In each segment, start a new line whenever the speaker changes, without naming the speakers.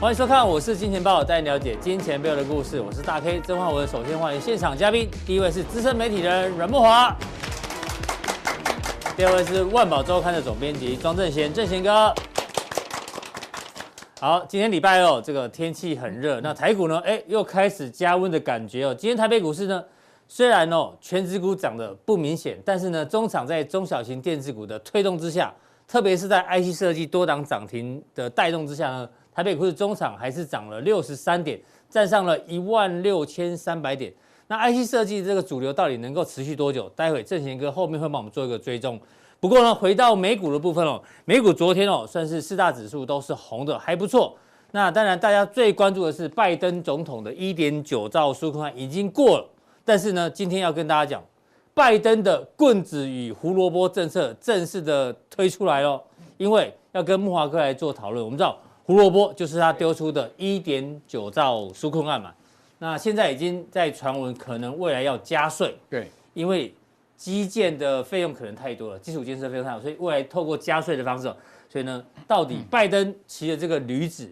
欢迎收看，我是金钱豹，带你了解金钱背后的故事。我是大 K 曾焕文。首先欢迎现场嘉宾，第一位是资深媒体人阮木华，第二位是万宝周刊的总编辑庄正贤，正贤哥。好，今天礼拜二、哦，这个天气很热，那台股呢，哎，又开始加温的感觉哦。今天台北股市呢，虽然哦，全指股涨得不明显，但是呢，中场在中小型电子股的推动之下，特别是在 IC 设计多档涨停的带动之下呢，台北股市中场还是涨了六十三点，站上了一万六千三百点。那 IC 设计这个主流到底能够持续多久？待会正贤哥后面会帮我们做一个追踪。不过呢，回到美股的部分哦，美股昨天哦算是四大指数都是红的，还不错。那当然，大家最关注的是拜登总统的一点九兆纾困案已经过了，但是呢，今天要跟大家讲，拜登的棍子与胡萝卜政策正式的推出来了，因为要跟木华哥来做讨论。我们知道胡萝卜就是他丢出的一点九兆纾困案嘛，那现在已经在传闻可能未来要加税，
对，
因为基建的费用可能太多了，基础建设费用太多，所以未来透过加税的方式哦，所以呢，到底拜登骑的这个驴子，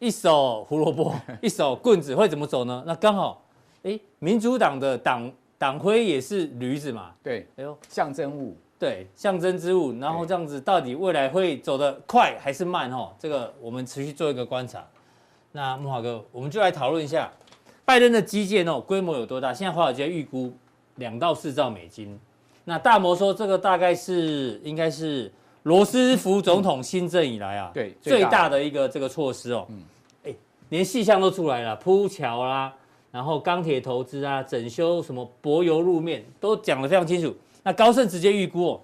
一手胡萝卜，一手棍子会怎么走呢？那刚好，哎，民主党的党党徽也是驴子嘛，
对，
哎呦，
象征物，
对，象征之物，然后这样子到底未来会走得快还是慢哦？这个我们持续做一个观察。那木华哥，我们就来讨论一下拜登的基建哦，规模有多大？现在华尔街预估两到四兆美金。那大摩说这个大概是应该是罗斯福总统新政以来啊，
对
最
最
大
大
的一个这个措施哦。嗯，哎，连细项都出来了，铺桥啦，然后钢铁投资啊，整修什么柏油路面都讲得非常清楚。那高盛直接预估哦，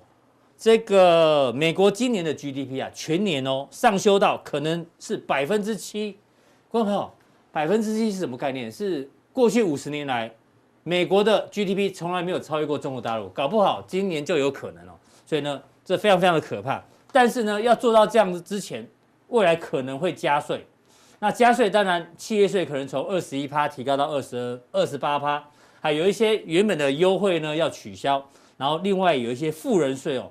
这个美国今年的 GDP 啊，全年哦上修到可能是百分之七。观众朋友，百分之七是什么概念？是过去五十年来美国的 GDP 从来没有超越过中国大陆，搞不好今年就有可能哦。所以呢，这非常非常的可怕。但是呢，要做到这样子之前，未来可能会加税。那加税当然，企业税可能从二十一趴提高到二十二、二十八趴，还有一些原本的优惠呢要取消。然后另外有一些富人税哦，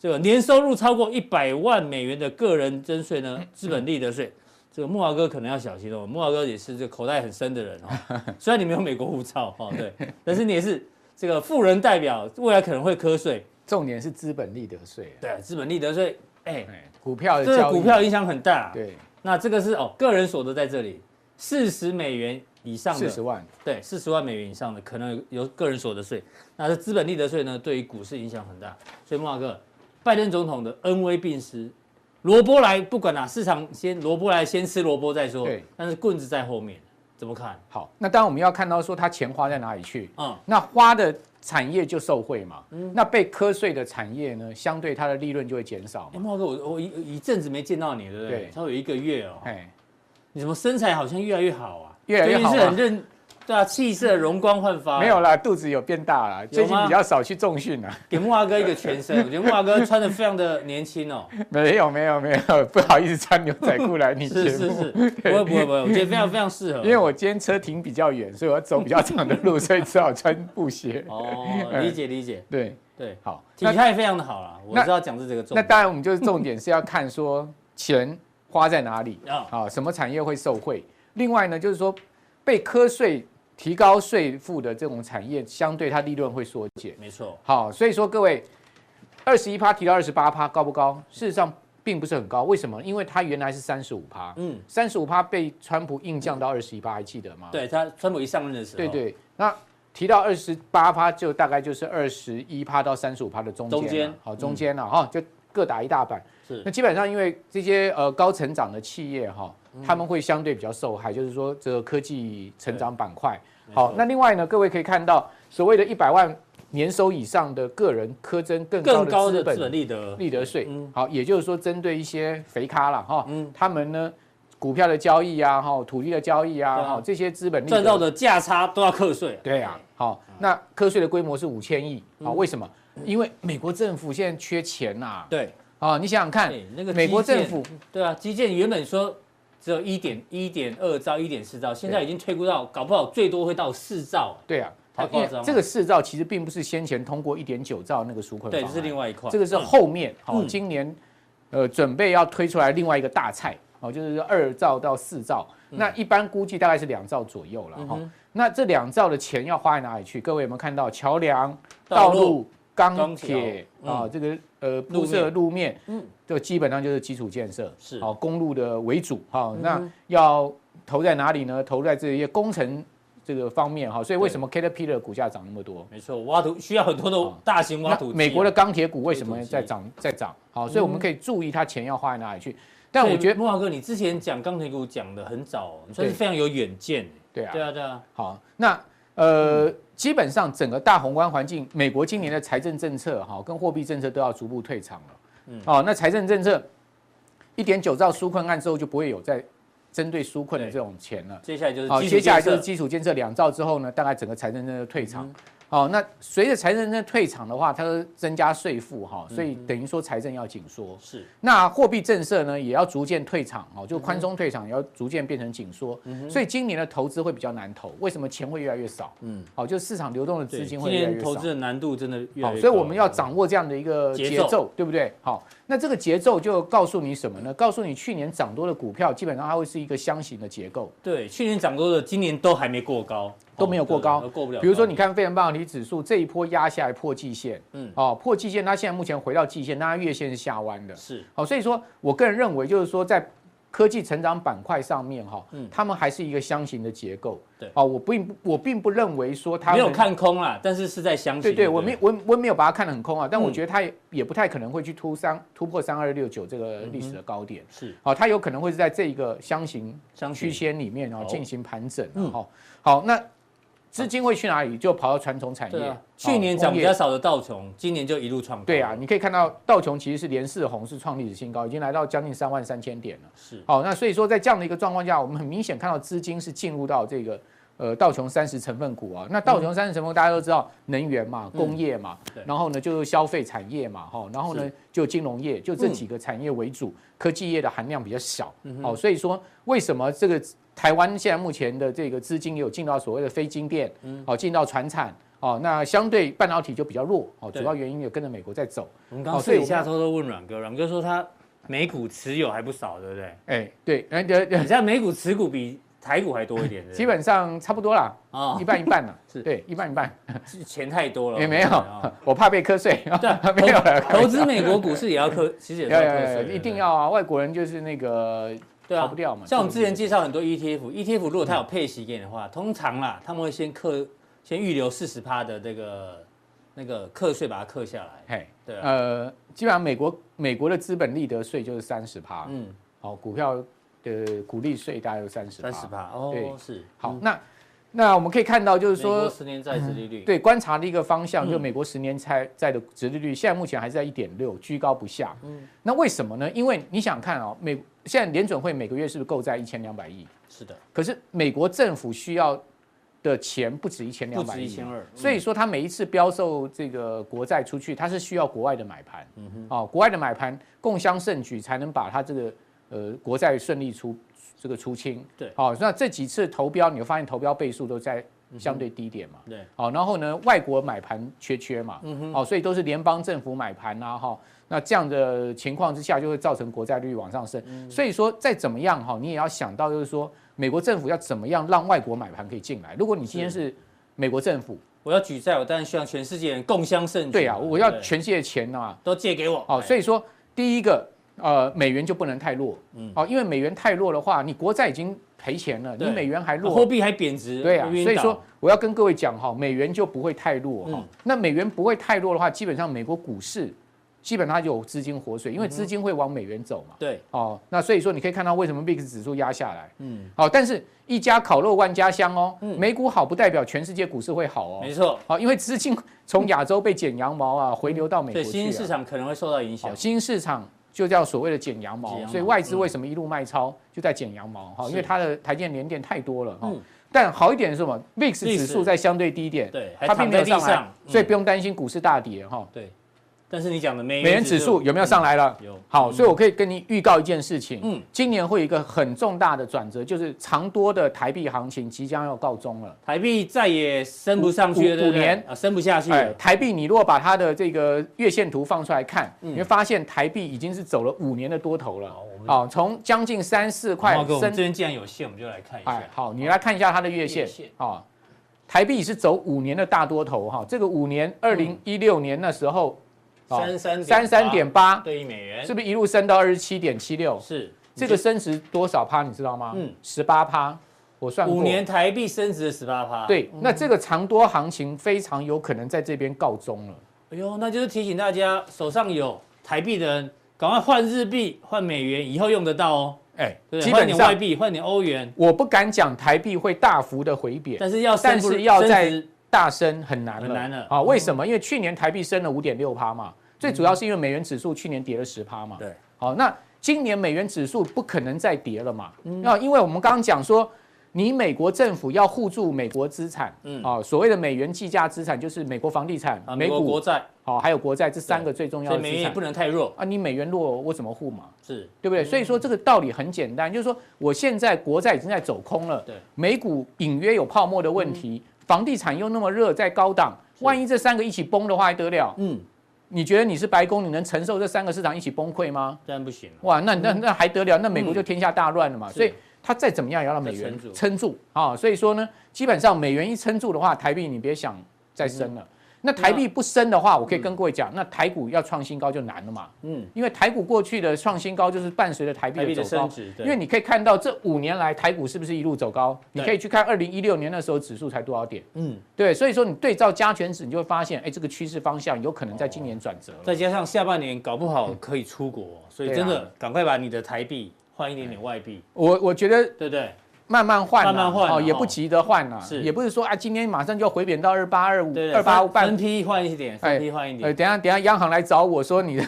这个年收入超过一百万美元的个人征税呢，资本利得税。这个木华哥可能要小心哦，木华哥也是这个口袋很深的人哦， 虽然你没有美国护照哦，对，但是你也是这个富人代表，未来可能会瞌税，
重点是资本利得税啊，
对，资本利得税，哎，
哎，股票的
这个
交易，
股票影响很大。，
对，
那这个是哦，个人所得在这里四十美元以上
四
的
十万，
对，四十万美元以上的可能有个人所得税，那这资本利得税呢，对于股市影响很大。所以莫华哥，拜登总统的恩威并施，萝卜来不管啦，市场先萝卜来先吃萝卜再说
对，
但是棍子在后面，怎么看？
好，那当然我们要看到说它钱花在哪里去，
嗯，
那花的产业就受惠嘛，那被瞌睡的产业呢，相对它的利润就会减少
哎，
嘛，
莫华哥，我我一一阵子没见到你，对不对？
对
差不多有一个月哦，
哎，
你
你
怎么身材好像越来越好啊？
越来越好啊
最近是很认，对啊，气色容光焕发。
没有啦，肚子有变大啦，最近
啊吗
比较少去重训啊啦，
给木华哥一个全身，我觉得木华哥穿的非常的年轻 哦。
没有没有没有，不好意思穿牛仔裤来你
是
节
是
目。
是，不会不会不会，我觉得非常非常适合。
因为我今天车停比较远，所以我要走比较长的路，所以只好穿布 鞋。
哦，理解理解，
对，
对，
好，
体
哎那
态非常的好啦，我
那
知道讲是这个重
那
点。
当然，我们就是重点是要看说钱花在哪里
啊
啊，什么产业会受惠。另外呢，就是说被科税提高税负的这种产业，相对它利润会缩减。
没错，
好，所以说各位，二十一趴提到二十八趴，高不高？事实上并不是很高，为什么？因为它原来是三十五趴，
嗯，
三十五趴被川普硬降到二十一趴，还记得吗？
对他川普一上任的时候，
对对，那提到二十八趴，就大概就是二十一趴到三十五趴的中间啊，
中间嗯
好中间了哈，就各打一大板。
是
那基本上因为这些呃高成长的企业哈，他们会相对比较受害，就是说这个科技成长板块。
没
好
错，
那另外呢，各位可以看到所谓的一百万年收以上的个人苛征更
更高
高
的资
的资
本
本
利得，
利得税
嗯。
好，也就是说针对一些肥咖啦哈
嗯，
他们呢股票的交易啊，哈土地的交易啊，
对啊
哈这些资本利
赚
得
到的嗯价差都要课税。
对啊，好，那科税的规模是五千亿，
嗯
好，为什么？因为美国政府现在缺钱呐，
对，
啊，你想想看
哎，那个
美国
基建
政府
对啊，基建原本说只有一点一点二兆、一点四兆，现在已经退估到，搞不好最多会到四兆。
对啊，
太
好因为
夸张了
这个四兆其实并不是先前通过一点九兆那个纾困
对，这是
方案
另外一块。
这个是
嗯
后面好，
嗯
今年呃准备要推出来另外一个大菜，哦，就是二兆到四兆，
嗯
那一般估计大概是两兆左右了哈。那这两兆的钱要花在哪里去？各位有没有看到桥梁、
道
道
路
路、钢
钢
铁
桥
啊，
嗯
这个呃
路
铺设
面
路面，
嗯
就基本上就是基础建设，
是嗯
好公路的为主哈。那要投在哪里呢？投在这些工程这个方面哈。所以为什么 Caterpillar 股价涨那么多？
没错，挖土需要很多的
啊
大型挖
那
土机啊、
美国的钢铁股为什
挖
么
土机嗯
在涨在涨？好，所以我们可以注意它钱要花在哪里去。但
所以
我觉得
木华哥，你之前讲钢铁股讲的很早、哦，你算是
对
非常有远见。
对
对啊，对啊，
好，那呃，基本上整个大宏观环境，美国今年的财政政策哈、跟货币政策都要逐步退场了。嗯，哦，那财政政策一点九兆纾困案之后，就不会有再针对纾困的这种钱了。
接下来就是
好，
基础
接下来就
建
是
设嗯
基础建设两兆之后呢，大概整个财政政策退场。好，那随着财政政策退场的话，它会增加税负哈，所
嗯
以等于说财政要紧缩。
是
那货币政策呢，也要逐渐退场哦，
嗯
就宽松退场，也要逐渐变成紧缩，所以今年的投资会比较难投。为什么钱会越来越少？
嗯
嗯，好，就市场流动的资
对
金
今
会越来
年
越少
投资。的难度真的越来
好，
越高，嗯
所以我们要掌握这样的一个
节
节
奏
奏，对不对？好，那这个节奏就告诉你什么呢？告诉你去年涨多的股票，基本上它会是一个箱型的结构。
对去年涨多的，今年都还没过高，哦
都没有过高
对都嗯过不了高。
比如说，你看费城半导体指数这一波压下来破季线，
嗯
嗯，哦，破季线，它现在目前回到季线，那它月线是下弯的，
是
好，所以说我个人认为，就是说在科技成长板块上面哈，
嗯
他们还是一个箱型的结构。
对
哦，我并不我并不认为说他
没
们
有，看空啦，但是是在相信。
对对，我
不
没我我没有把它看得很空啊，但我
嗯
觉得它也也不太可能会去突三突破三二六九这
嗯
个历史的高点。
是
好，它有可能会是在这一个箱型
相
区间里面
好
哦进行盘整
嗯
哦。好好，那资金会去哪里？就跑到传统产
对
业
啊，，去年涨比较
哦。工业
少的道琼，今年就一路创高。
对啊，，你可以看到道琼其实是连四红，是创历史新高，已经来到将近三万三千点了。
是
好，那所以说在这样的一个状况下，我们很明显看到资金是进入到这个呃道琼三十成分股啊。那道琼三十成分股大家都知道，能源嘛，工业嘛
嗯对，
然后呢就是消费产业嘛，哈，然后呢
是
就金融业，
嗯
就这几个产业为主，科技业的含量比较小。好，所以说为什么这个台湾现在目前的这个资金有进到所谓的非金电，
嗯
好，进到船产。哦，那相对半导体就比较弱哦，
对
主要原因也跟着美国在走。
我们刚刚
哦所以我
私
们
下偷偷问阮哥，阮哥说他美股持有还不少，对不对？
哎，对，哎，对
你
对
现在美股持股比台股还多一点，对不对
基本上差不多啦，
啊
一，半一半啦，
是
对，一半一半。
钱太多了，
也没有
哦，
我怕被瞌睡，
对啊
没有了。
投资美国股市也要科，其实也是
有
要
有
科
有
学
有，一定要啊！外国人就是那个
对啊
逃不掉嘛
像我们之前介绍很多 E ETF，ETF 如果它有配息给你的话，通常啦，他们会先课先预留四十趴的这个那个课税，把它课下来。
嘿，
对啊，
呃，基本上美国美国的资本利得税就是三十趴，
嗯，
好，股票的股利税大概有三十，
三十。趴哦
对，
是
好，那那我们可以看到，就是
美国嗯
说，嗯
十年债殖利率，
对观察的一个方向，就美国十年债债的殖利率，现在目前还是在一点六，居高不下。
嗯
那为什么呢？因为你想看哦，美现在联准会每个月是不是购债一千两百亿？
是的，
可是美国政府需要的钱不止一千
不
两百
止
亿，
一千二，嗯
所以说它每一次标售这个国债出去，它是需要国外的买盘，
嗯
哦，国外的买盘共襄盛举，才能把它这个呃国债顺利出这个出清。
对
好，那这几次投标，你会发现投标倍数都在相对低点嘛。
嗯对嗯
好，然后呢，外国买盘缺缺嘛，好，所以都是联邦政府买盘啦，哈。那这样的情况之下，就会造成国债率往上升。
嗯
所以说，再怎么样哈，你也要想到，就是说，美国政府要怎么样让外国买盘可以进来。如果你今天是美国政府，
我要举债，我当然希望全世界人共襄盛举嘛。
对啊，我要
对不对
全世界的钱啊。
都借给我。哎
哦，所
以
以说第一个，呃，美元就不能太弱，
嗯
哦，因为美元太弱的话，你国债已经赔钱了，你
对啊
美元还弱，
货币还贬值，
对啊，
会晕
所以
倒
说我要跟各位讲哈，美元就不会太弱哈
嗯。
那美元不会太弱的话，基本上美国股市基本上有资金活水，因
嗯
为资金会往美元走嘛。
对，
哦，那所以说你可以看到为什么 VIX 指数压下来。
嗯，
好，但是一家烤肉万家香哦
嗯，
美股好不代表全世界股市会好哦
没。错，
好，因为资金从亚洲被剪羊毛啊，回流到美
所嗯
国
以新兴
去
市
啊。
场可能会受到影响
好，。新兴市场就叫所谓的剪羊
剪
毛
羊，毛嗯
所以外资为什么一路卖超，就在剪羊毛哈，
是
因为它的台积电连电太多了哈
嗯。
但好一点是什么？VIX
历史
指数在相对低点，
对，还
它并
躺
没
在
有
地
上来
上，，
所以
嗯
不用担心股市大跌哈。
对。但是你讲的美
美元指数有没有上来了？
嗯有
好，所以我可以跟你预告一件事情，
嗯
嗯，今年会有一个很重大的转折，就是长多的台币行情即将要告终了。
台币再也升不上去了，
五
对不对
五年
啊，升不下去
哎，
了。
台币你如果把它的这个月线图放出来看，
嗯哦
你会发现台币已经是走了五年的多头了。
好，我们
好，从将近三四块
茂哥，我们
升
这，边既然有线，我们就来看一下
哎，。好，你来看一下它的月线
月线
啊、台币是走五年的大多头哈、这个五年二零一六年那时候
三嗯三
三三点八，
对一美元
是不是一路升到二十七点七六？
是
这个升值多少趴？你知道吗？
嗯
十八趴，我算过。
五年嗯台币升值了十八趴。，
对，那这个长多行情非常有可能在这边告终了。
哎呦，那就是提醒大家，手上有台币的人，赶快换日币、换美元，以后用得到哦。
哎
对，不
基
对，换
本
点外
上
币，换点欧元，
我不敢讲台币会大幅的回贬，
但是要
但
升不
是要
升
在
值
大升很难了，
很难了嗯
啊！为什么？因为去年台币升了五点六趴嘛，最主要是因为美元指数去年跌了十趴嘛。
对，
好，那今年美元指数不可能再跌了嘛？
嗯
那因为我们刚刚讲说，你美国政府要护住美国资产，
嗯
哦，所谓的美元计价资产就是美国房地产
啊，、
美
美国国
股，
债，
好，还有国债这三个最重要
所以
的
美元
资
也
产
不。能太弱。
啊，你美元弱，我怎么护嘛？
是，
对不对？所以说这个道理很简单，就是说我现在国债已经在走空了，
对，嗯
美股隐约有泡沫的问题，房地产又那么热，在高档，万一这三个一起崩的话还得了？
嗯，
你觉得你是白宫，你能承受这三个市场一起崩溃吗？
当然不行了。
哇，那那那还得了？那美国就天下大乱了嘛。
嗯是
所以它再怎么样也要让美
再
元
撑住
撑住啊。所以说呢，基本上美元一撑住的话，台币你别想再
嗯
升了。那台币不升的话，我可以跟各位讲，那台股要创新高就难了嘛。
嗯，
因为台股过去的创新高就是伴随着台
台
币
币
的
的
走高
升，值，对
因为你可以看到这五年来台股是不是一路走高？你
对
可以去看二零一六年那时候指数才多少点，
嗯，
对，所以说你对照加权指，你就会发现，哎，这个趋势方向有可能在今年转折了。
再加上下半年搞不好可以出国，所以
对啊
真的赶快把你的台币换一点点外币，
我我觉得
对不对？
慢慢换啦，
慢慢换啦
哦，也
哦
不急着换啦，
是
也不是说啊，今天马上就要回贬到二八二五
对、对
二八五
分分
半。
批换一点，
哎
分批换一
呃，
点，
等一下等一下，央行来找我说 你的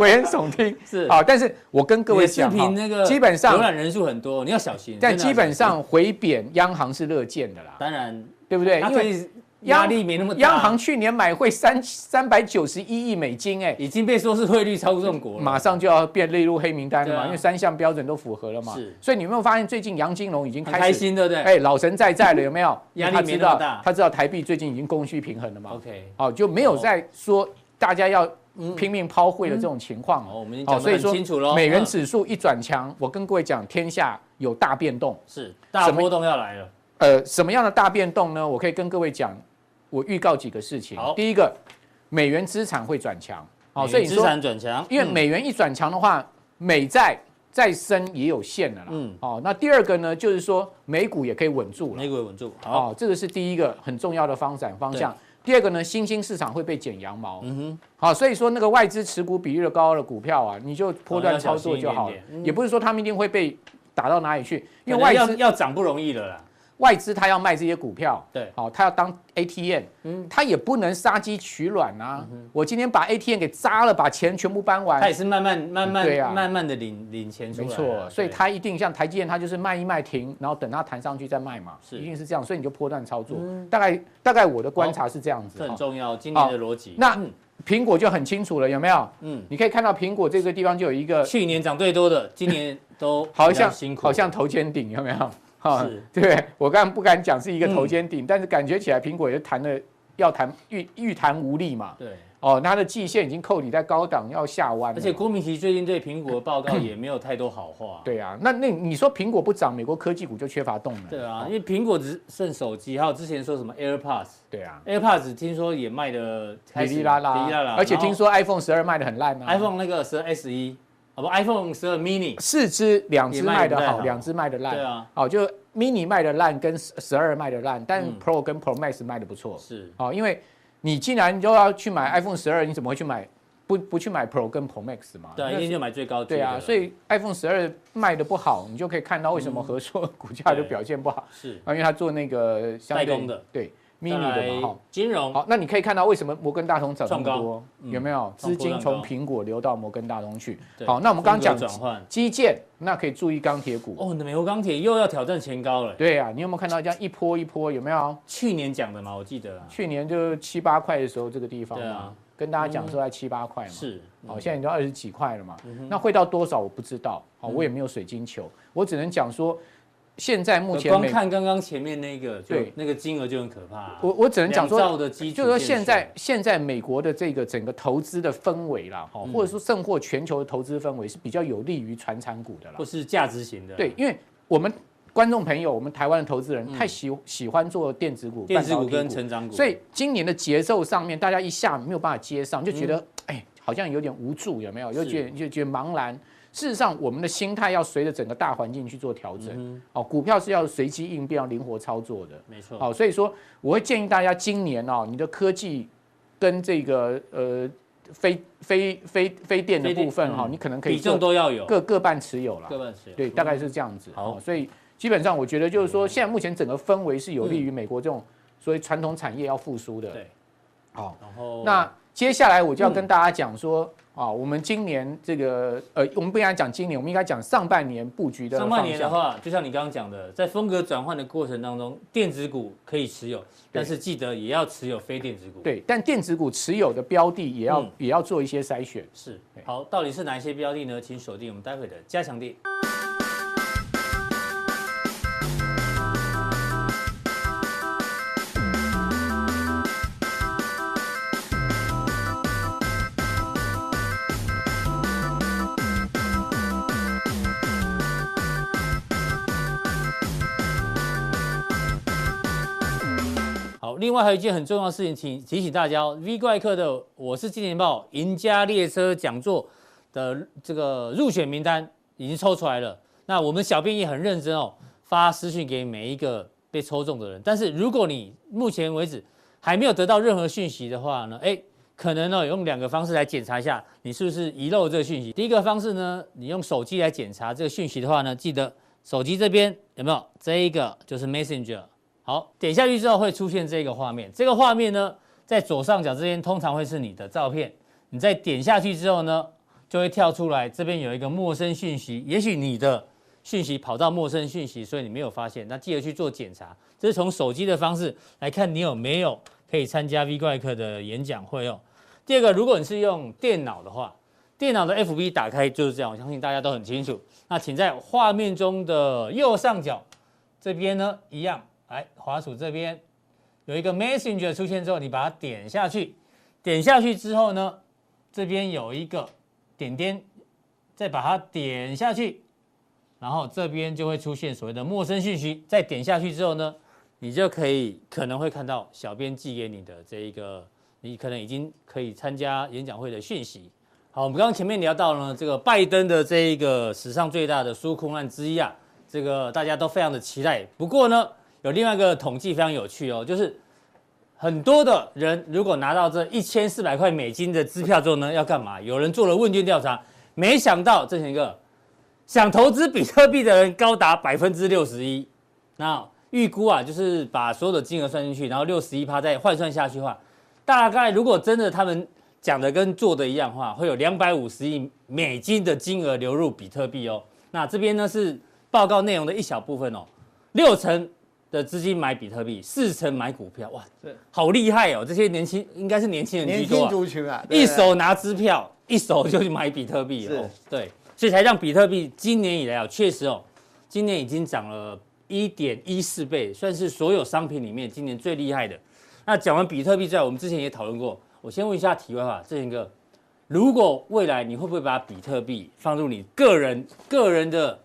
危言耸听
是
啊，但是我跟各位讲
你的视
哈
频那个
基本上
浏览人数很多，你要小心。
但
真的要
基本
小心
上回贬，央行是乐见的啦，
当然，
对不对？
它
因
可
为
以
央
压力没那么大，
央行去年买汇三三百九十一亿美金，哎，
已经被说是汇率操纵国了，
马上就要变列入黑名单了
对
嘛，
啊
因为三项标准都符合了嘛
是。
所以你有没有发现最近杨金龙已经
很
开
开
始，
心，对不对
哎，老神在在了，有没有？因 为
压力没那么
他知
大
道他知道台币最近已经供需平衡了嘛，
？OK，
哦，就没有在说大家要拼命抛汇的这种情况
好，我嗯们已经
哦，
讲
所
得
以
很
说
清楚喽。
美元
嗯
指数一转强，我跟各位讲，天下有大变动。
是大
什么
波动要来了，
呃，什么样的大变动呢？我可以跟各位讲，我预告几个事情
好。
第一个，美元资产会转强，哦，
美
所以
元资
你说，
产转强，
因为
嗯
美元一转强的话，美债再升也有限了啦。
嗯
哦，那第二个呢，就是说美股也可以稳住了。
美股也稳住，好，
哦，这个是第一个很重要的方展方向。第二个呢，新兴市场会被剪羊毛。
嗯哼，
好，所以说那个外资持股比率的高的股票啊，你就
哦
波
要
段
小
操
心
作
一
就
点
好了
点，嗯
也不是说他们一定会被打到哪里去，因
因
为
为
外
外
资
要要涨不容易了啦，
外资它要卖这些股票，
对
好、它要当 ATM，嗯，它也不能杀鸡取卵啊。我今天把 ATM 给砸了，把钱全部搬
它
完
嗯也，是慢慢慢
哎对啊
慢慢慢的领领钱出
没
来啊，
错，所以
对
它一定像台积电，它就是卖一卖停，然后等它弹上去再卖嘛，
是嗯
一定是这样，所以你就波段操作，大概大概我的观察是这样子
这。很
哈
重要，今年的逻辑。
哦那
嗯
苹果就很清楚了，有没有？
嗯，
你可以看到苹果这个地方就有一个
去年涨最多的，今年都
呃 好
比较
像
辛苦，
好像头肩顶，有没有？哈
是，
对我刚刚不敢讲是一个头肩顶，但是感觉起来苹果也是谈了要谈欲欲谈无力嘛。
对。
哦，它的季线已经扣你在高档要下弯
而
了
且郭明奇最近对苹果的报告也没有太多好话。
对啊，那那你说苹果不涨，美国科技股就缺乏动能。
对啊，因
哦
为苹果只剩手机，还有之前说什么 AirPods，AirPods
对啊，
听说也卖的
哩哩啦啦，
哩啦啦，
而且
然后
听说 iPhone 十二卖的很烂啊
iPhone 那个十二 S 一，哦不，iPhone 十二 mini，
四只两只卖
也卖得
的
不太
好，
好
两只卖的烂。
对啊，
哦，就 mini 卖的烂跟十二卖的烂，但
嗯
Pro 跟 Pro Max 卖的不错。
是
哦，因为你既然就要去买 iPhone 十二，你怎么会去买不不去买 Pro 跟 Pro Max 嘛？
对啊，
那
一定就买最高级的
对
了。
啊，所以 iPhone 十二卖的不好，你就可以看到为什么合硕 股价就
对
表现不好，
是
啊，因为它做那个相对
代工的，
对 mini
再
的
来
嘛，哈。
金融
好，那你可以看到为什么摩根大通涨那么
创高
多，
嗯
有没有
创
资
波
金
段
从
高
苹果流到摩根大通去？
对
好，那我们刚刚
风格
讲
转换，
基建，那可以注意钢铁股。
哦，你的美国钢铁又要挑战前高了。
对啊，你有没有看到这样一波一波？有没有？
去年讲的嘛，我记得啊，
去年就七八块的时候，这个地方
对啊嗯
嘛，跟大家讲说在七八块嘛。
是嗯
好，现在已经二十哦几块了嘛，那会到多少我不知道，好，我也没有水晶球，我只能讲说，现在目前
呃光
美，
看刚刚前面那个，就
对
那个金额就很可怕啊。
我我只能讲说
两兆的基础
就是
建
说
设
现在现在美国的这个整个投资的氛围啦，哈，
嗯
或者说甚或全球的投资氛围是比较有利于传产股的啦
或。是价值型的，
对，，因为我们观众朋友，我们台湾的投资人太喜喜欢做电子股、
嗯电子股
半导体
跟成长股，
所以今年的节奏上面，大家一下没有办法接上，就觉得哎，好像有点无助，有没有？
嗯是
就觉得就觉得茫然。事实上，我们的心态要随着整个大环境去做调整。
嗯
哦，股票是要随机应变，要灵活操作的
哼。没错，
好，所以说我会建议大家今年哦，你的科技跟这个呃非非非非电的
非电
部分哈，
嗯
你可能可以
比重
各
都要有，
各各半持有啦。
各半嗯持有，
对，大概是这样子。
好嗯
哦所以基本上我觉得就是说，现在目前整个氛围是有利于美国这种所谓传统产业要复苏的。
对，哦
好，
然后
那接下来我就要跟大家讲说，啊，我们今年这个呃，我们不应该讲今年，我们应该讲上半年布局的
上
方
半年的
向。
话，就像你刚刚讲的，在风格转换的过程当中，电子股可以持有，但是记得也要持有非电子股。，
对，但电子股持有的标的也要
嗯
也要做一些筛选。
是
对。
好，到底是哪一些标的呢？请锁定我们待会的加强地。好，另外还有一件很重要的事情，请提醒大家哦，V 怪客的《我是金钱豹》赢家列车讲座的这个入选名单已经抽出来了。那我们小编也很认真哦，发私讯给每一个被抽中的人。但是如果你目前为止还没有得到任何讯息的话呢，哎，可能呢用两个方式来检查一下你是不是遗漏这个讯息。第一个方式呢，你用手机来检查这个讯息的话呢，记得手机这边有没有这一个就是 Messenger。好，点下去之后会出现这个画面，这个画面呢，在左上角这边通常会是你的照片。你再点下去之后呢，就会跳出来，这边有一个陌生讯息，也许你的讯息跑到陌生讯息，所以你没有发现，那记得去做检查。这是从手机的方式来看你有没有可以参加 V 怪客的演讲会哦。第二个，如果你是用电脑的话，电脑的 FB 打开就是这样，我相信大家都很清楚。那请在画面中的右上角这边呢，一样，来滑鼠这边有一个 Messenger 出现之后，你把它点下去，点下去之后呢，这边有一个点点，再把它点下去，然后这边就会出现所谓的陌生讯息。再点下去之后呢，你就可以可能会看到小编寄给你的这一个，你可能已经可以参加演讲会的讯息。好，我们刚刚前面聊到呢，这个拜登的这一个史上最大的纾困案之一啊，这个大家都非常的期待。不过呢，有另外一个统计非常有趣哦，就是很多的人如果拿到这一千四百块美金的支票之后呢，要干嘛？有人做了问卷调查，没想到这一个想投资比特币的人高达百分之六十一。那预估啊，就是把所有的金额算进去，然后六十一趴再换算下去的话，大概如果真的他们讲的跟做的一样的话，会有两百五十亿美金的金额流入比特币哦。那这边呢是报告内容的一小部分哦，六成的资金买比特币，四成买股票，哇
是，
好厉害哦！这些年轻应该是年轻人居
年
多、
轻
啊，
族群啊，对
一
不对
手拿支票，一手就去买比特币哦
是。
对，所以才让比特币今年以来啊，确实哦，今年已经涨了一点一四倍，算是所有商品里面今年最厉害的。那讲完比特币之外，我们之前也讨论过。我先问一下题外话，这一个，如果未来你会不会把比特币放入你个人个人的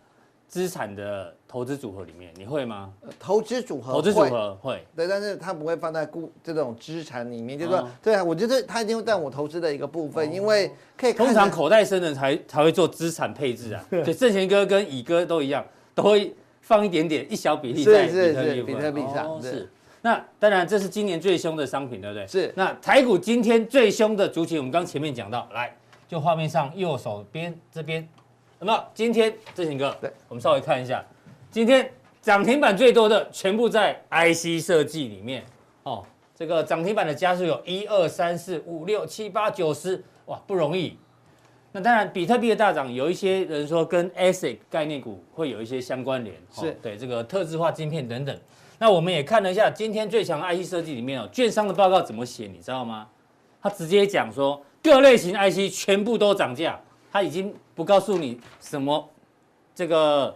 资产的投资组合里面？你会吗？
投资组合，
投资组。合会。
对，但是它不会放在固这种资产里面，就是说
哦，
对啊，我觉得它一定会占我投资的一个部分，因为可以看
通
得
常口袋深的人才才会做资产配置 啊，所以正贤哥跟乙哥都一样，都会放一点点一小比例
是
在比
是
特币
是
部分
比特币上
哦
对
是。那当然，这是今年最凶的商品，对不对？
是
那台股今天最凶的族群，我们刚前面讲到，来，就画面上右手边这边，有没有？今天正贤哥，
对，
我们稍微看一下，今天涨停板最多的全部在 IC 设计里面哦。这个涨停板的家数有一二三四五六七八九十，哇，不容易。那当然，比特币的大涨，有一些人说跟 ASIC 概念股会有一些相关联，哦
是
对这个特制化晶片等等。那我们也看了一下今天最强的 IC 设计里面哦，券商的报告怎么写，你知道吗？他直接讲说各类型 IC 全部都涨价，他已经不告诉你什么这个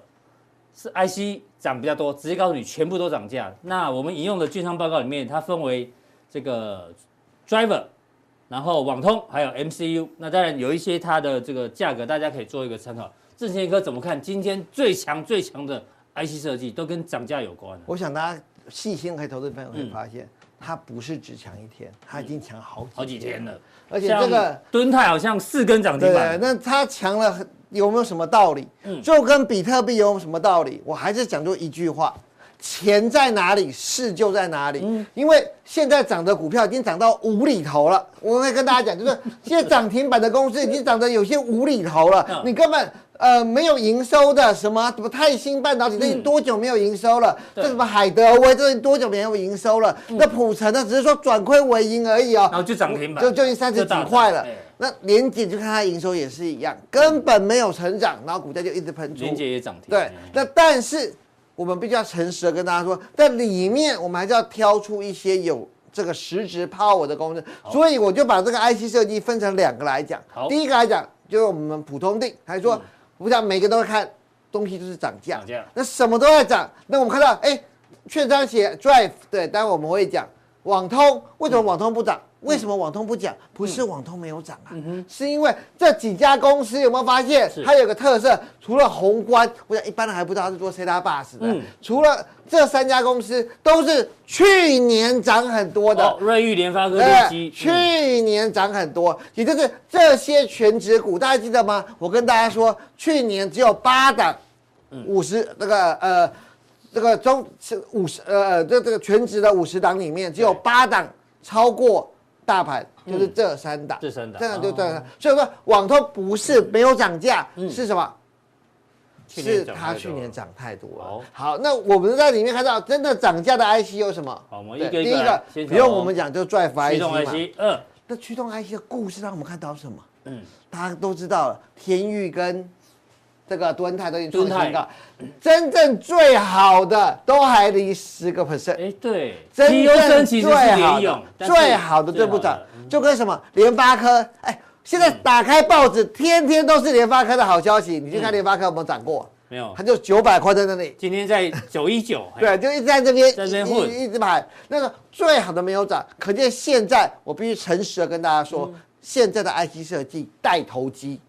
是 IC 涨比较多，直接告诉你全部都涨价。那我们引用的券商报告里面，它分为这个 driver，然后网通还有 MCU。那当然有一些它的这个价格，大家可以做一个参考。正前一科怎么看？今天最强最强的 IC 设计都跟涨价有关、啊。
我想大家细心可以投资朋友
嗯
会发现，它不是只强一天，它已经强好
好几天了，
而且这个
像敦泰好像四根涨停
对
板，，
那它强了很有没有什么道理？
嗯
就跟比特币有什么道理？我还是讲究一句话：钱在哪里，市就在哪里。
嗯
因为现在涨的股票已经涨到无厘头了。我会跟大家讲， 就是现在涨停板的公司已经涨得有些无厘头
嗯
了，你根本。呃，没有营收的什么什么泰兴半导体，这已经多久没有营收了？
嗯
这什么海德威，这已经多久没有营收了？那普城呢，只是说转亏为盈而已哦。
然后就涨停板，
就就已经三十
就大
几
涨哎
块了
对。
那连姐就看它营收也是一样，根本没有成长，然后股价就一直喷出。
连接也涨停，
对，那但是我们必须要诚实的跟大家说，在里面我们还是要挑出一些有这个实质 power 的公司，所以我就把这个 IC 设计分成两个来讲
好。嗯
第一个来讲就是我们普通定，还说我想每个都会看东西就是涨价
涨价，
那什么都在涨，那我们看到哎，券商写 drive，对，待会我们会讲网通，为什么网通不
嗯
涨？为什么网通不讲？不是网通没有涨啊，是因为这几家公司有没有发现
是
它有个特色？除了宏观，我想一般人还不知道它是做 C 大 bus 的。
嗯
除了这三家公司都是去年涨很多的，
哦，瑞昱、联发科、
哎
利基，嗯
去年涨很多，也就是这些全指股，大家记得吗？我跟大家说，去年只有八档，
嗯
五十那个呃，这个中是五十呃，这这个全指的五十档里面，只有
对嗯
八档超过大盘，就是这三档，
这三档哦
这样就这样。所以说，网通不是没有涨价，是什么？
嗯去年
是
涨
它
太
去
多
年
了
涨太多了
好。
好，那我们在里面看到真的涨价的 IC 有什么？
好我们
对
一个一
第
个
一
来
个
先
不用
从
我们讲，就 drive
驱
IC
动
嘛。
IC 二，
那驱动 IC 的故事让我们看到什么？
嗯，
大家都知道了，天域跟这个敦泰都已经创新
敦
高，真正最好的都还离十个 percent。
哎，对，
真
优
正
生其实
最
是
好
联
的
勇，，但是
最好的对不
最好
涨
的，嗯
就跟什么联发科，哎，现在打开报纸，天天都是联发科的好消息。你去看联发科有没有涨过？
没有
它，就九百块在那里，
今天在九一九， 哎
对，就一直在这边，
在这边
一
混
一一直买。那个最好的没有涨，可见现在我必须诚实的跟大家说，
嗯
现在的 IC 设计带头机，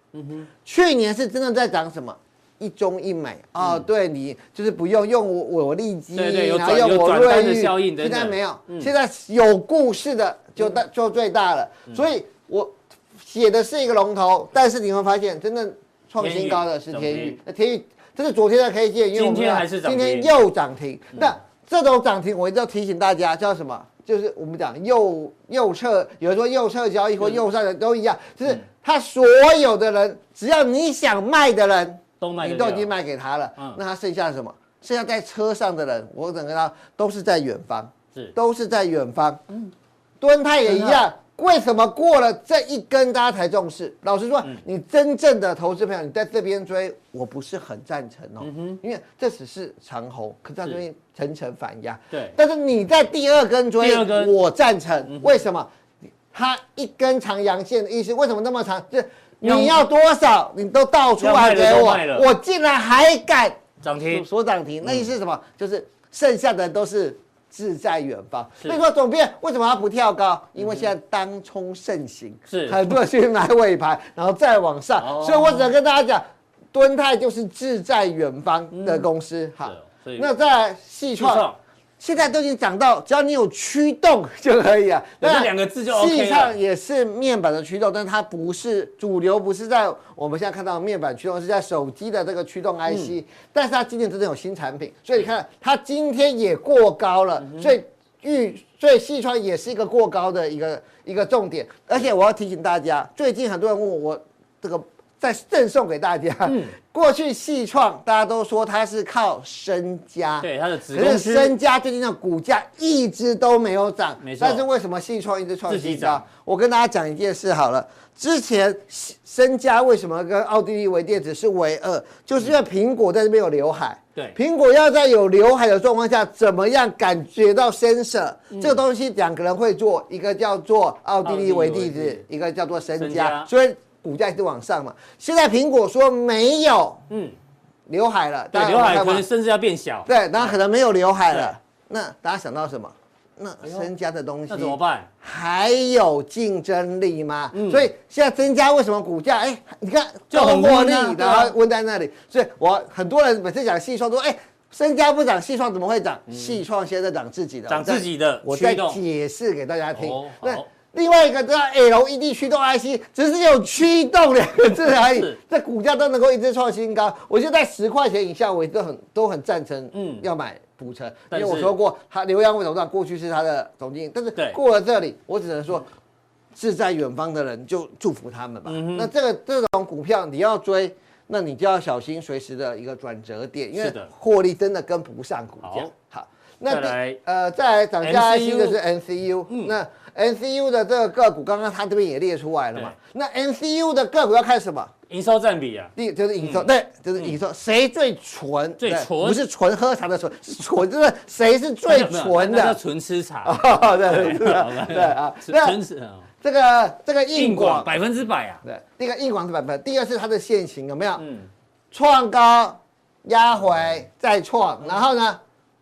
去年是真的在涨什么？一中一美哦，对你就是不用用我我利基，
嗯对对有
然后
转
用
有
我
转单
瑞
的
昱
效应等嗯
现
等
在没有，现在有故事的就大就最大了。
嗯
所以我写的是一个龙头，但是你会发现，真正创新高的是
天宇涨
天宇
停，
那天宇这是昨天的 K 线，因为我们
今天
要
还是涨
今
停
天又涨停。
嗯
那这种涨停，我一定要提醒大家叫什么？就是我们讲右右侧，有人说右侧交易或右上的都一样，
嗯
就是他所有的人，只要你想卖的人，
都卖得
你都已
掉
经卖给他了
嗯，
那他剩下什么？剩下在车上的人，我整个他都是在远方，
是
都是在远方。嗯，敦泰也一样。为什么过了这一根大家才重视？老实
嗯
说，你真正的投资朋友，你在这边追，我不是很赞成哦，因为这只是长虹，可是
嗯
它
是
这边层层反压。
对
但是你在第二根追，
第二根嗯
我赞成。为什么？它一根长阳线的意思，为什么那么长？就是
要
你要多少，你都倒出
要卖
来
的
给
都
我
卖了，
我竟然还敢
涨
所
停，嗯
所涨停，那意思是什么？就是剩下的都是志在远方。
是嗯
所以说，总编为什么它不跳高？因为现在当冲盛行，
是
很多人去买尾盘，然后再往上。
哦
所以我只能跟大家讲，敦泰就是志在远方的公司。好
对哦，所以
那再来细
去
创
创。，
现在都已经涨到，只要你有驱动就可以了。啊
有
那
这 两个字就 OK 了
实际上也是面板的驱动，但它不是主流，不是在我们现在看到的面板驱动，是在手机的这个驱动
嗯
IC、但是它今年真的有新产品，所以你看它今天也过高了，
嗯
所以预所以细川也是一个过高的一个一个重点。而且我要提醒大家，最近很多人问我我这个。再赠送给大家。
嗯
过去细创大家都说它是靠身家，
对它的子
可
公
是
司
身家最近的股价一直都没有涨，
没错
但是为什么信创一直创
自己
新
涨
高？我跟大家讲一件事好了，之前身家为什么跟奥地利微电子是为二，就是因为苹果在这边有刘海。
对
苹果要在有刘海的状况下，怎么样感觉到 sensor、这
嗯
个东西？两个人会做，一个叫做奥地利微
奥
电
地利微
子
电，
一个叫做身
身
家，
家
所以股价一直往上嘛。现在苹果说没有，
嗯，
刘海了，大
对，
家
刘
有没有
海
看
可
过
能甚至要变小，
对，然后可能没有刘海
对哎
了，那大家想到什么？那身家的东西
那怎么办？
还有竞争力吗？所以现在增加为什么股价？哎，你看
嗯就很
获利
温啊，对
然
啊
后温在那里。所以我很多人每次讲细创都说，哎，身家不涨，细创怎么会涨？细创现在涨自己的，
长嗯自己的
我再
驱
我再
动，
解释给大家听
哦。
那
好
另外一个叫 LED 驱动 IC，只是有驱动两个字而已
是，
这股价都能够一直创新高。我就在十块钱以下，我都很都很赞成，
嗯
嗯，要买普成，因
但
为
是
我说过，他刘洋为董事长过去是他的总经理，但是
对
过了这里，我只能说。志在远方的人就祝福他们吧。
嗯
那这个这种股票你要追，那你就要小心随时的一个转折点，因
是
为
的
获利真的跟不上股价
好。
好，那
再来
第呃再来涨价
NCU
IC 的是 NCU，、那
嗯
NCU 的这个个股刚刚他这边也列出来了嘛？那 NCU 的个股要看什么？
营收占比啊，
第一就是营收，对，就是营收，谁最纯？
嗯最
对
纯
不是纯喝茶的纯，是纯，就是谁是最
没有没有
纯
那叫
的？
纯吃茶，
哦， 对对对对啊，
纯
那
纯吃哦
这个这个
硬
硬
广
广，
百分之百啊，
对，第一个硬广是百分，第二是它的现行有没有？
嗯，
创高压回再
嗯
创，然后呢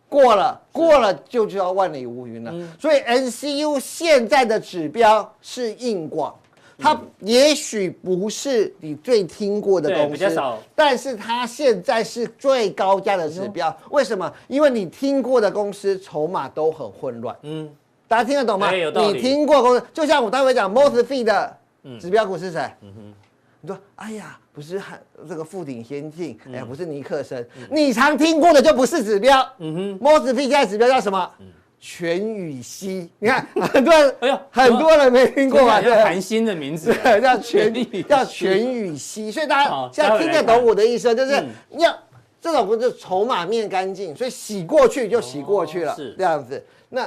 过了过了就知道万里无云了。
嗯
所以 NCU 现在的指标是硬广。
嗯
它也许不是你最听过的
对
公司，
比较少
但是它现在是最高价的指标。
嗯
为什么？因为你听过的公司筹码都很混乱。嗯，大家听得懂吗？
哎对有道理嗯
你听过公司，就像我待会讲 MOSFET 的指标股是谁？你说，哎呀，不是汉这个富鼎先进，
嗯
哎呀，不是尼克森，你常听过的就不是指标。嗯哼，MOSFET 现在指标叫什么？全宇熙，你看很多人，
嗯哎
哎
呦
呦，很多人没听过吧？
听起
对
来像韩星的名字啊，
对，叫全
全宇
叫全宇熙，所以大
好
家现在听
待会
得
来看
懂我的意思，就是
嗯
你要这种不是筹码面干净，所以洗过去就洗过去
哦
了
是，
这样子。那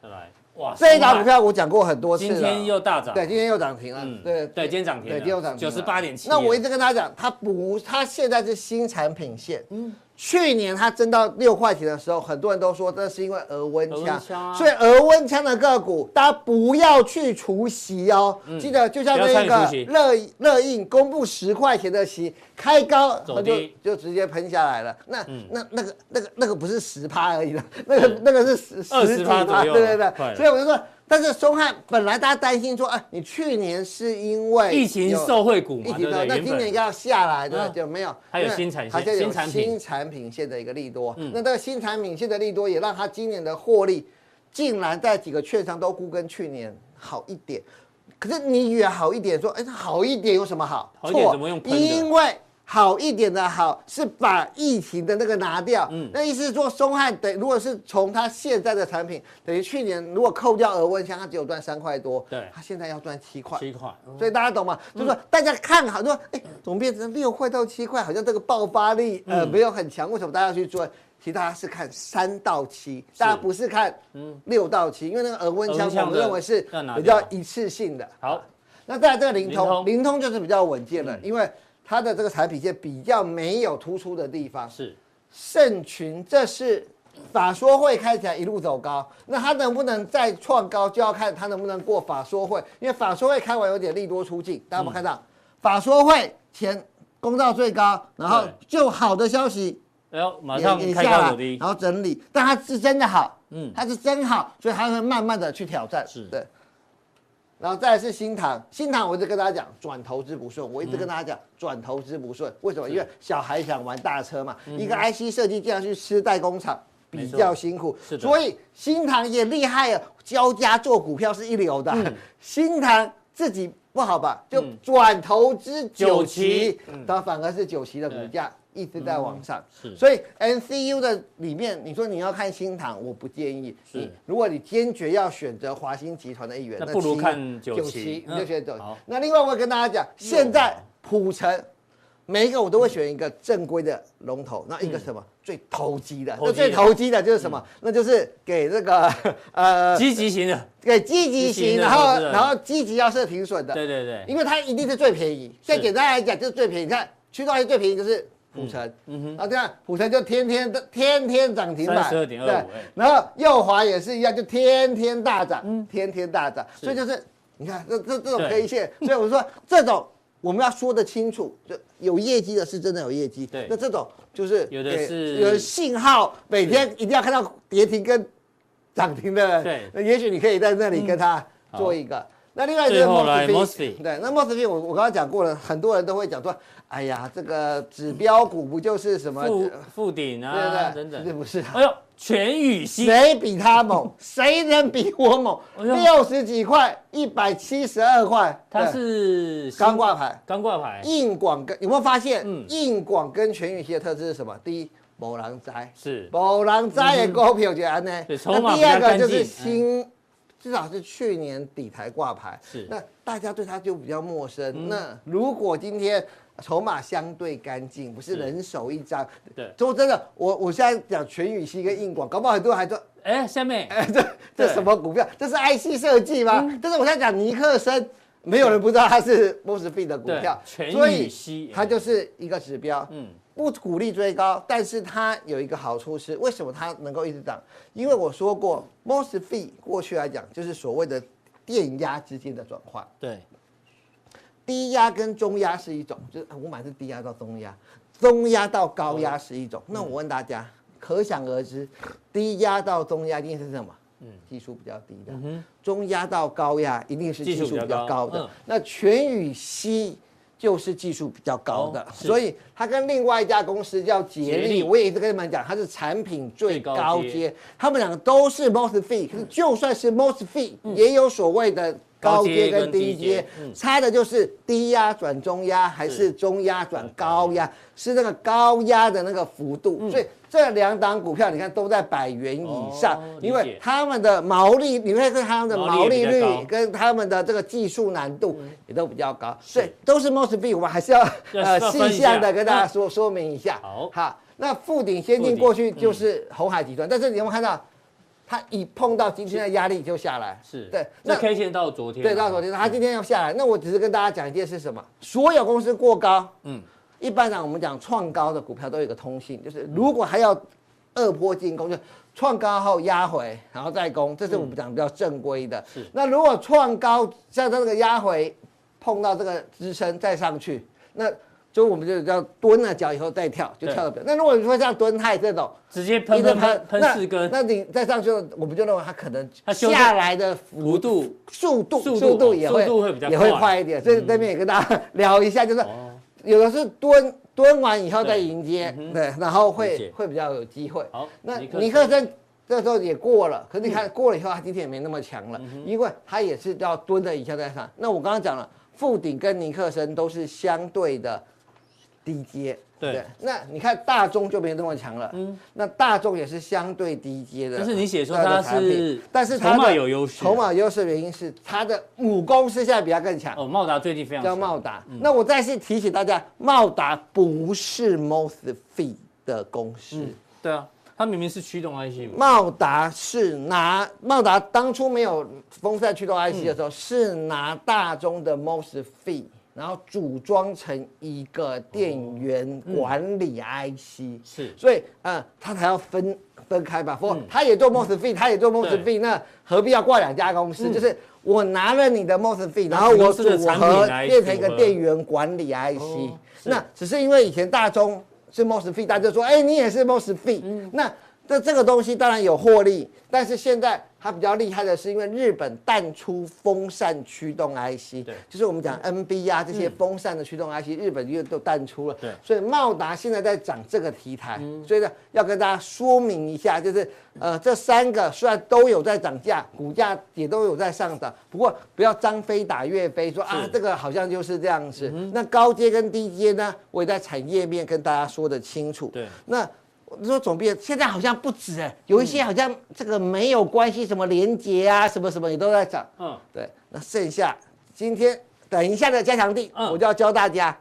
再来， 哇，
这一档股
松
票我讲过很多
柏
次
今
了，
天又大涨，嗯
对，今天又涨停了，对
对，今天涨停了，
对，第六涨
九十八点七，
那我一直跟他讲，他不，他现在是新产品线。嗯，去年他增到六块钱的时候，很多人都说这是因为额温
额温枪啊
枪，所以额温枪的个股大家不要去除息哦。记得就像
嗯不要参
那
与除息
个乐乐印公布十块钱的息，开高
走
它就
低嗯
就直接喷下来了。那那那个那个那个不是十趴而已了，那个那个是十
20%
十几
左右
对
快
对
了
对。所以我就说。但是松汉本来大家担心说，啊，你去年是因为
疫情
有
受惠股
一
嘛，
级
对不对？
的，那
原
今年
本
要下来的
嗯
就没有，
还有
那
新产
它
线
现在
新
有
产品嗯
新产品线的一个利多。那这个新产品线的利多也让它今年的获利竟然在几个券商都估跟去年好一点。可是你以为好一点，说哎，那好一点有什么好？
好一点
错
怎么用喷的
因为好一点的好是把疫情的那个拿掉，
嗯
那意思是说松汉等如果是从它现在的产品，等于去年如果扣掉额温箱，它只有赚三块多，
对
它现在要赚七块，
七块，
所以大家懂
嗯
吗？就是说大家看好，就说哎，怎么变成六块到七块？好像这个爆发力呃
嗯
没有很强，为什么大家要去做？其实大家是看三到七，大家不是看六到七，因为那个额温
嗯额
枪
温枪的
我们认为是
要拿
比
掉
较一次性的。
好，
那在这个灵
啊灵通嗯
通，灵通就是比较稳健了，因为它的这个产品线比较没有突出的地方。
是
盛群，这是法说会开起来一路走高，那它能不能再创高，就要看它能不能过法说会，因为法说会开完有点利多出尽，大家有没有看到？法说会前攻到最高，然后
对
就好的消息
哎呦，马
也
上
也
开
下
高
来
走，低
然，后整理，但它是真的好，
嗯
嗯，它是真好，所以它会慢慢的去挑战，
是
对。然后再来是新塘，新塘我一直跟大家讲转投资不顺，我一直跟大家讲
嗯
转投资不顺，为什么？因为小孩想玩大车嘛，
嗯
一个 IC 设计竟然去吃代工厂。
没
比
错
较辛苦
是的，
所以新塘也厉害啊，交家做股票是一流的。
嗯
新塘自己不好吧，就转投资
九
九
旗
旗，它反而是九旗的股价一直在往上。
嗯是
所以 NCU 的里面，你说你要看新塘，我不建议。
是
你如果你坚决要选择华兴集团的一员，
那不如
其
看九旗
你就选九旗
好。
那另外我会跟大家讲，现在普城每一个我都会选一个正规的龙头，那一个什么最投机的？
嗯投机的
那
嗯
最投机的就是什么？那就是给这个呃，
积极型的，
给积
积极
极型，
的
然
投
后
资人
然后积极要设停损的。
对对对，
因为它一定是最便宜。现在简单来讲就是最便宜，你看驱动 IC 最便宜就是普城，嗯哼，然后这样普城就天天都天天涨停板，
32.25
对
哎
然后右华也是一样，就天天
嗯嗯
大涨，天天大涨，所以就是你看这这这种 K 线，所以我说这种。我们要说得清楚，就有业绩的是真的有业绩。
对
那这种就是
有的
给
是
有的信号，每天一定要看到跌停跟涨停的。
对
那也许你可以在那里跟他
嗯好
做一个。那另外就
最
是
后来
mosfet，对，那 mosfet 我我刚刚讲过了，很多人都会讲说，哎呀，这个指标股不就是什么？
附附顶
对不
啊，
对？
等
是
等。
不是啊？
哎呦，全宇新
谁比他猛？谁能比 我猛？
哎呦
六十几块，一百七十二块，
它
对
是新
刚挂牌。
刚挂牌，
硬广跟有没有发现？
嗯
硬广跟全宇系的特质是什么？第一，某人灾，
是嗯
某人灾的股票就安呢。
对筹码
那第二
比较干净
个
嗯
就是新，至少是去年底台挂牌，
是嗯
那大家对它就比较陌生。那如果今天筹码相对干净，不是
是
人手一张，
对
说真的，我我现在讲全宇系跟硬广，搞不好很多人还说
哎，下面
这
对嗯
什么股票？这是 IC 设计吗？但是我在讲尼克森，没有人不知道它是 m o s f e t 的股
对
票，
全
所
宇
以
西，
它就是一个指标。
嗯
不鼓励追高，但是它有一个好处是，为什么它能够一直涨？因为我说过 m o s f e t 过去来讲就是所谓的电压之间的转换。
对，
低压跟中压是一种，就是啊我买是低压到中压，中压到高压是一种。那我问大家，可想而知，低压到中压一定是什么？嗯，技术比较低的。中压到高压一定是技术
技术
比较高
比较高
的。
嗯
那全宇西就是技术比较高的，
哦是
所以它跟另外一家公司叫捷
捷
力，
力
我也一直跟你们讲，它是产品最
最高
高
阶
阶，他们两个都是 MOSFET，可是就算是 MOSFET，也有所谓的嗯高阶
高阶
跟低
跟
阶
低阶嗯，
差的就是低压转中压还是中压转高
嗯
压，是那个高压的那个幅度。所以这两档股票你看都在百元以上
哦，
因
理解
为他们的毛利，你会看他们的
毛
毛
利也比
利率
较高嗯
跟他们的这个技术难度也都比较高，所以都是 MOSFET，我们还是要
要
呃
要分
细
一下嗯
项的跟大家说说明一下。
好
好，那富鼎先
富鼎
进
嗯
过去就是红海集团，但是你有没有看到，它一碰到今天的压力就下来，
是，
对，
那 K 线到昨天嘛，啊
对，到昨天它今天要下来，那我只是跟大家讲一件事，什么？所有公司过高，
嗯
嗯，一般上我们讲创高的股票都有一个通性，
嗯
就是如果还要二波进攻，就创高后压回，然后再攻，这是我们讲比较正规的。
嗯是
那如果创高像它这个压回碰到这个支撑再上去，那就我们就叫蹲了脚以后再跳，就
对
跳得比较那如果你说像蹲泰这种，
直接喷喷喷喷
那
四根，
那你再上去了，我们就认为它可能
它修正
下来的幅
幅度
速度
速度
速度也会
速度会比较
也会
快嗯
快一点，所以这边也跟大家聊一下，就是
哦，
有的是蹲蹲完以后再迎接
对嗯哼，
对，然后
理
会
解
会比较有机会。
好，
那
尼克嗯
尼克森这时候也过了，可是你看过了以后，他今天也没那么强了，因为他也是要蹲了一下再上。那我刚刚讲了，富鼎跟尼克森都是相对的低阶。
对，
那你看大众就没那么强了，嗯，那大众也是相对低阶的。
但是你写说
它
它
的产品
是
但是它
筹码
的
有优势啊
筹码优势的原因是它的母公司现在比它更强，
哦，茂达最近非常
叫
强
茂达。那我再次提醒大家，茂达不是 MOSFET 的公司。
对啊，它明明是驱动 IC 嘛，
茂达是拿茂达当初没有风扇驱动 IC 的时候，是拿大中的 MOSFET，然后组装成一个电源管理 IC，、
是
所以嗯，它才要分分开吧。不，他也做 MOSFET，他也做 MOSFET，那何必要挂两家公司？就是我嗯拿了你的 MOSFET，然后我
公司
组
的产
合
品来
变成一个
组合
电源管理 IC，、
哦是
那只是因为以前大中是 MOSFET，大家就说，哎、你也是 MOSFET，、那
嗯
那这个东西当然有获利，但是现在它比较厉害的是，因为日本淡出风扇驱动 IC，
对
就是我们讲 NB 啊这些风扇的驱动 IC，、日本又都淡出了，
对嗯
所以茂达现在在讲这个题材，所以呢要跟大家说明一下，就是呃这三个虽然都有在涨价，股价也都有在上涨，不过不要张飞打岳飞说啊
是嗯
这个好像就是这样子。那高阶跟低阶呢，我也在产业面跟大家说的清楚。
对
那我说总编现在好像不止哎，
嗯
有一些好像这个没有关系，什么连结啊，什么什么也都在涨。
嗯，
对，那剩下今天等一下的加强地，
嗯
我就要教大家。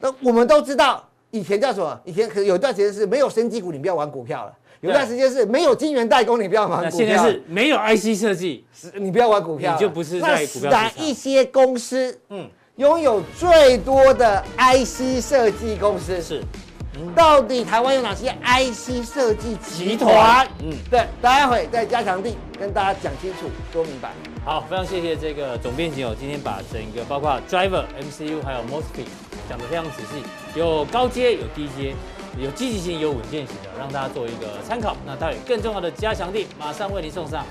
那我们都知道以前叫什么？以前可能有一段时间是没有升级股，你不要玩股票了；有一段时间是没有金元代工，你不要玩
那
股
现
票。
在是没有 IC 设计，
是你不要玩股票了，
你就不是
那
在股票市场
哪一些公司
嗯，
拥有最多的 IC 设计公司？
是
到底台湾有哪些 IC 设计集
集团
团？
嗯
嗯，对，待会在加强地跟大家讲清楚、说明白。
好，非常谢谢这个总编辑哦，今天把整个包括 driver、MCU 还有 MOSFET 讲得非常仔细，有高阶，有低阶，有积极性，有稳健型的，让大家做一个参考。那它有更重要的加强力，马上为您送上。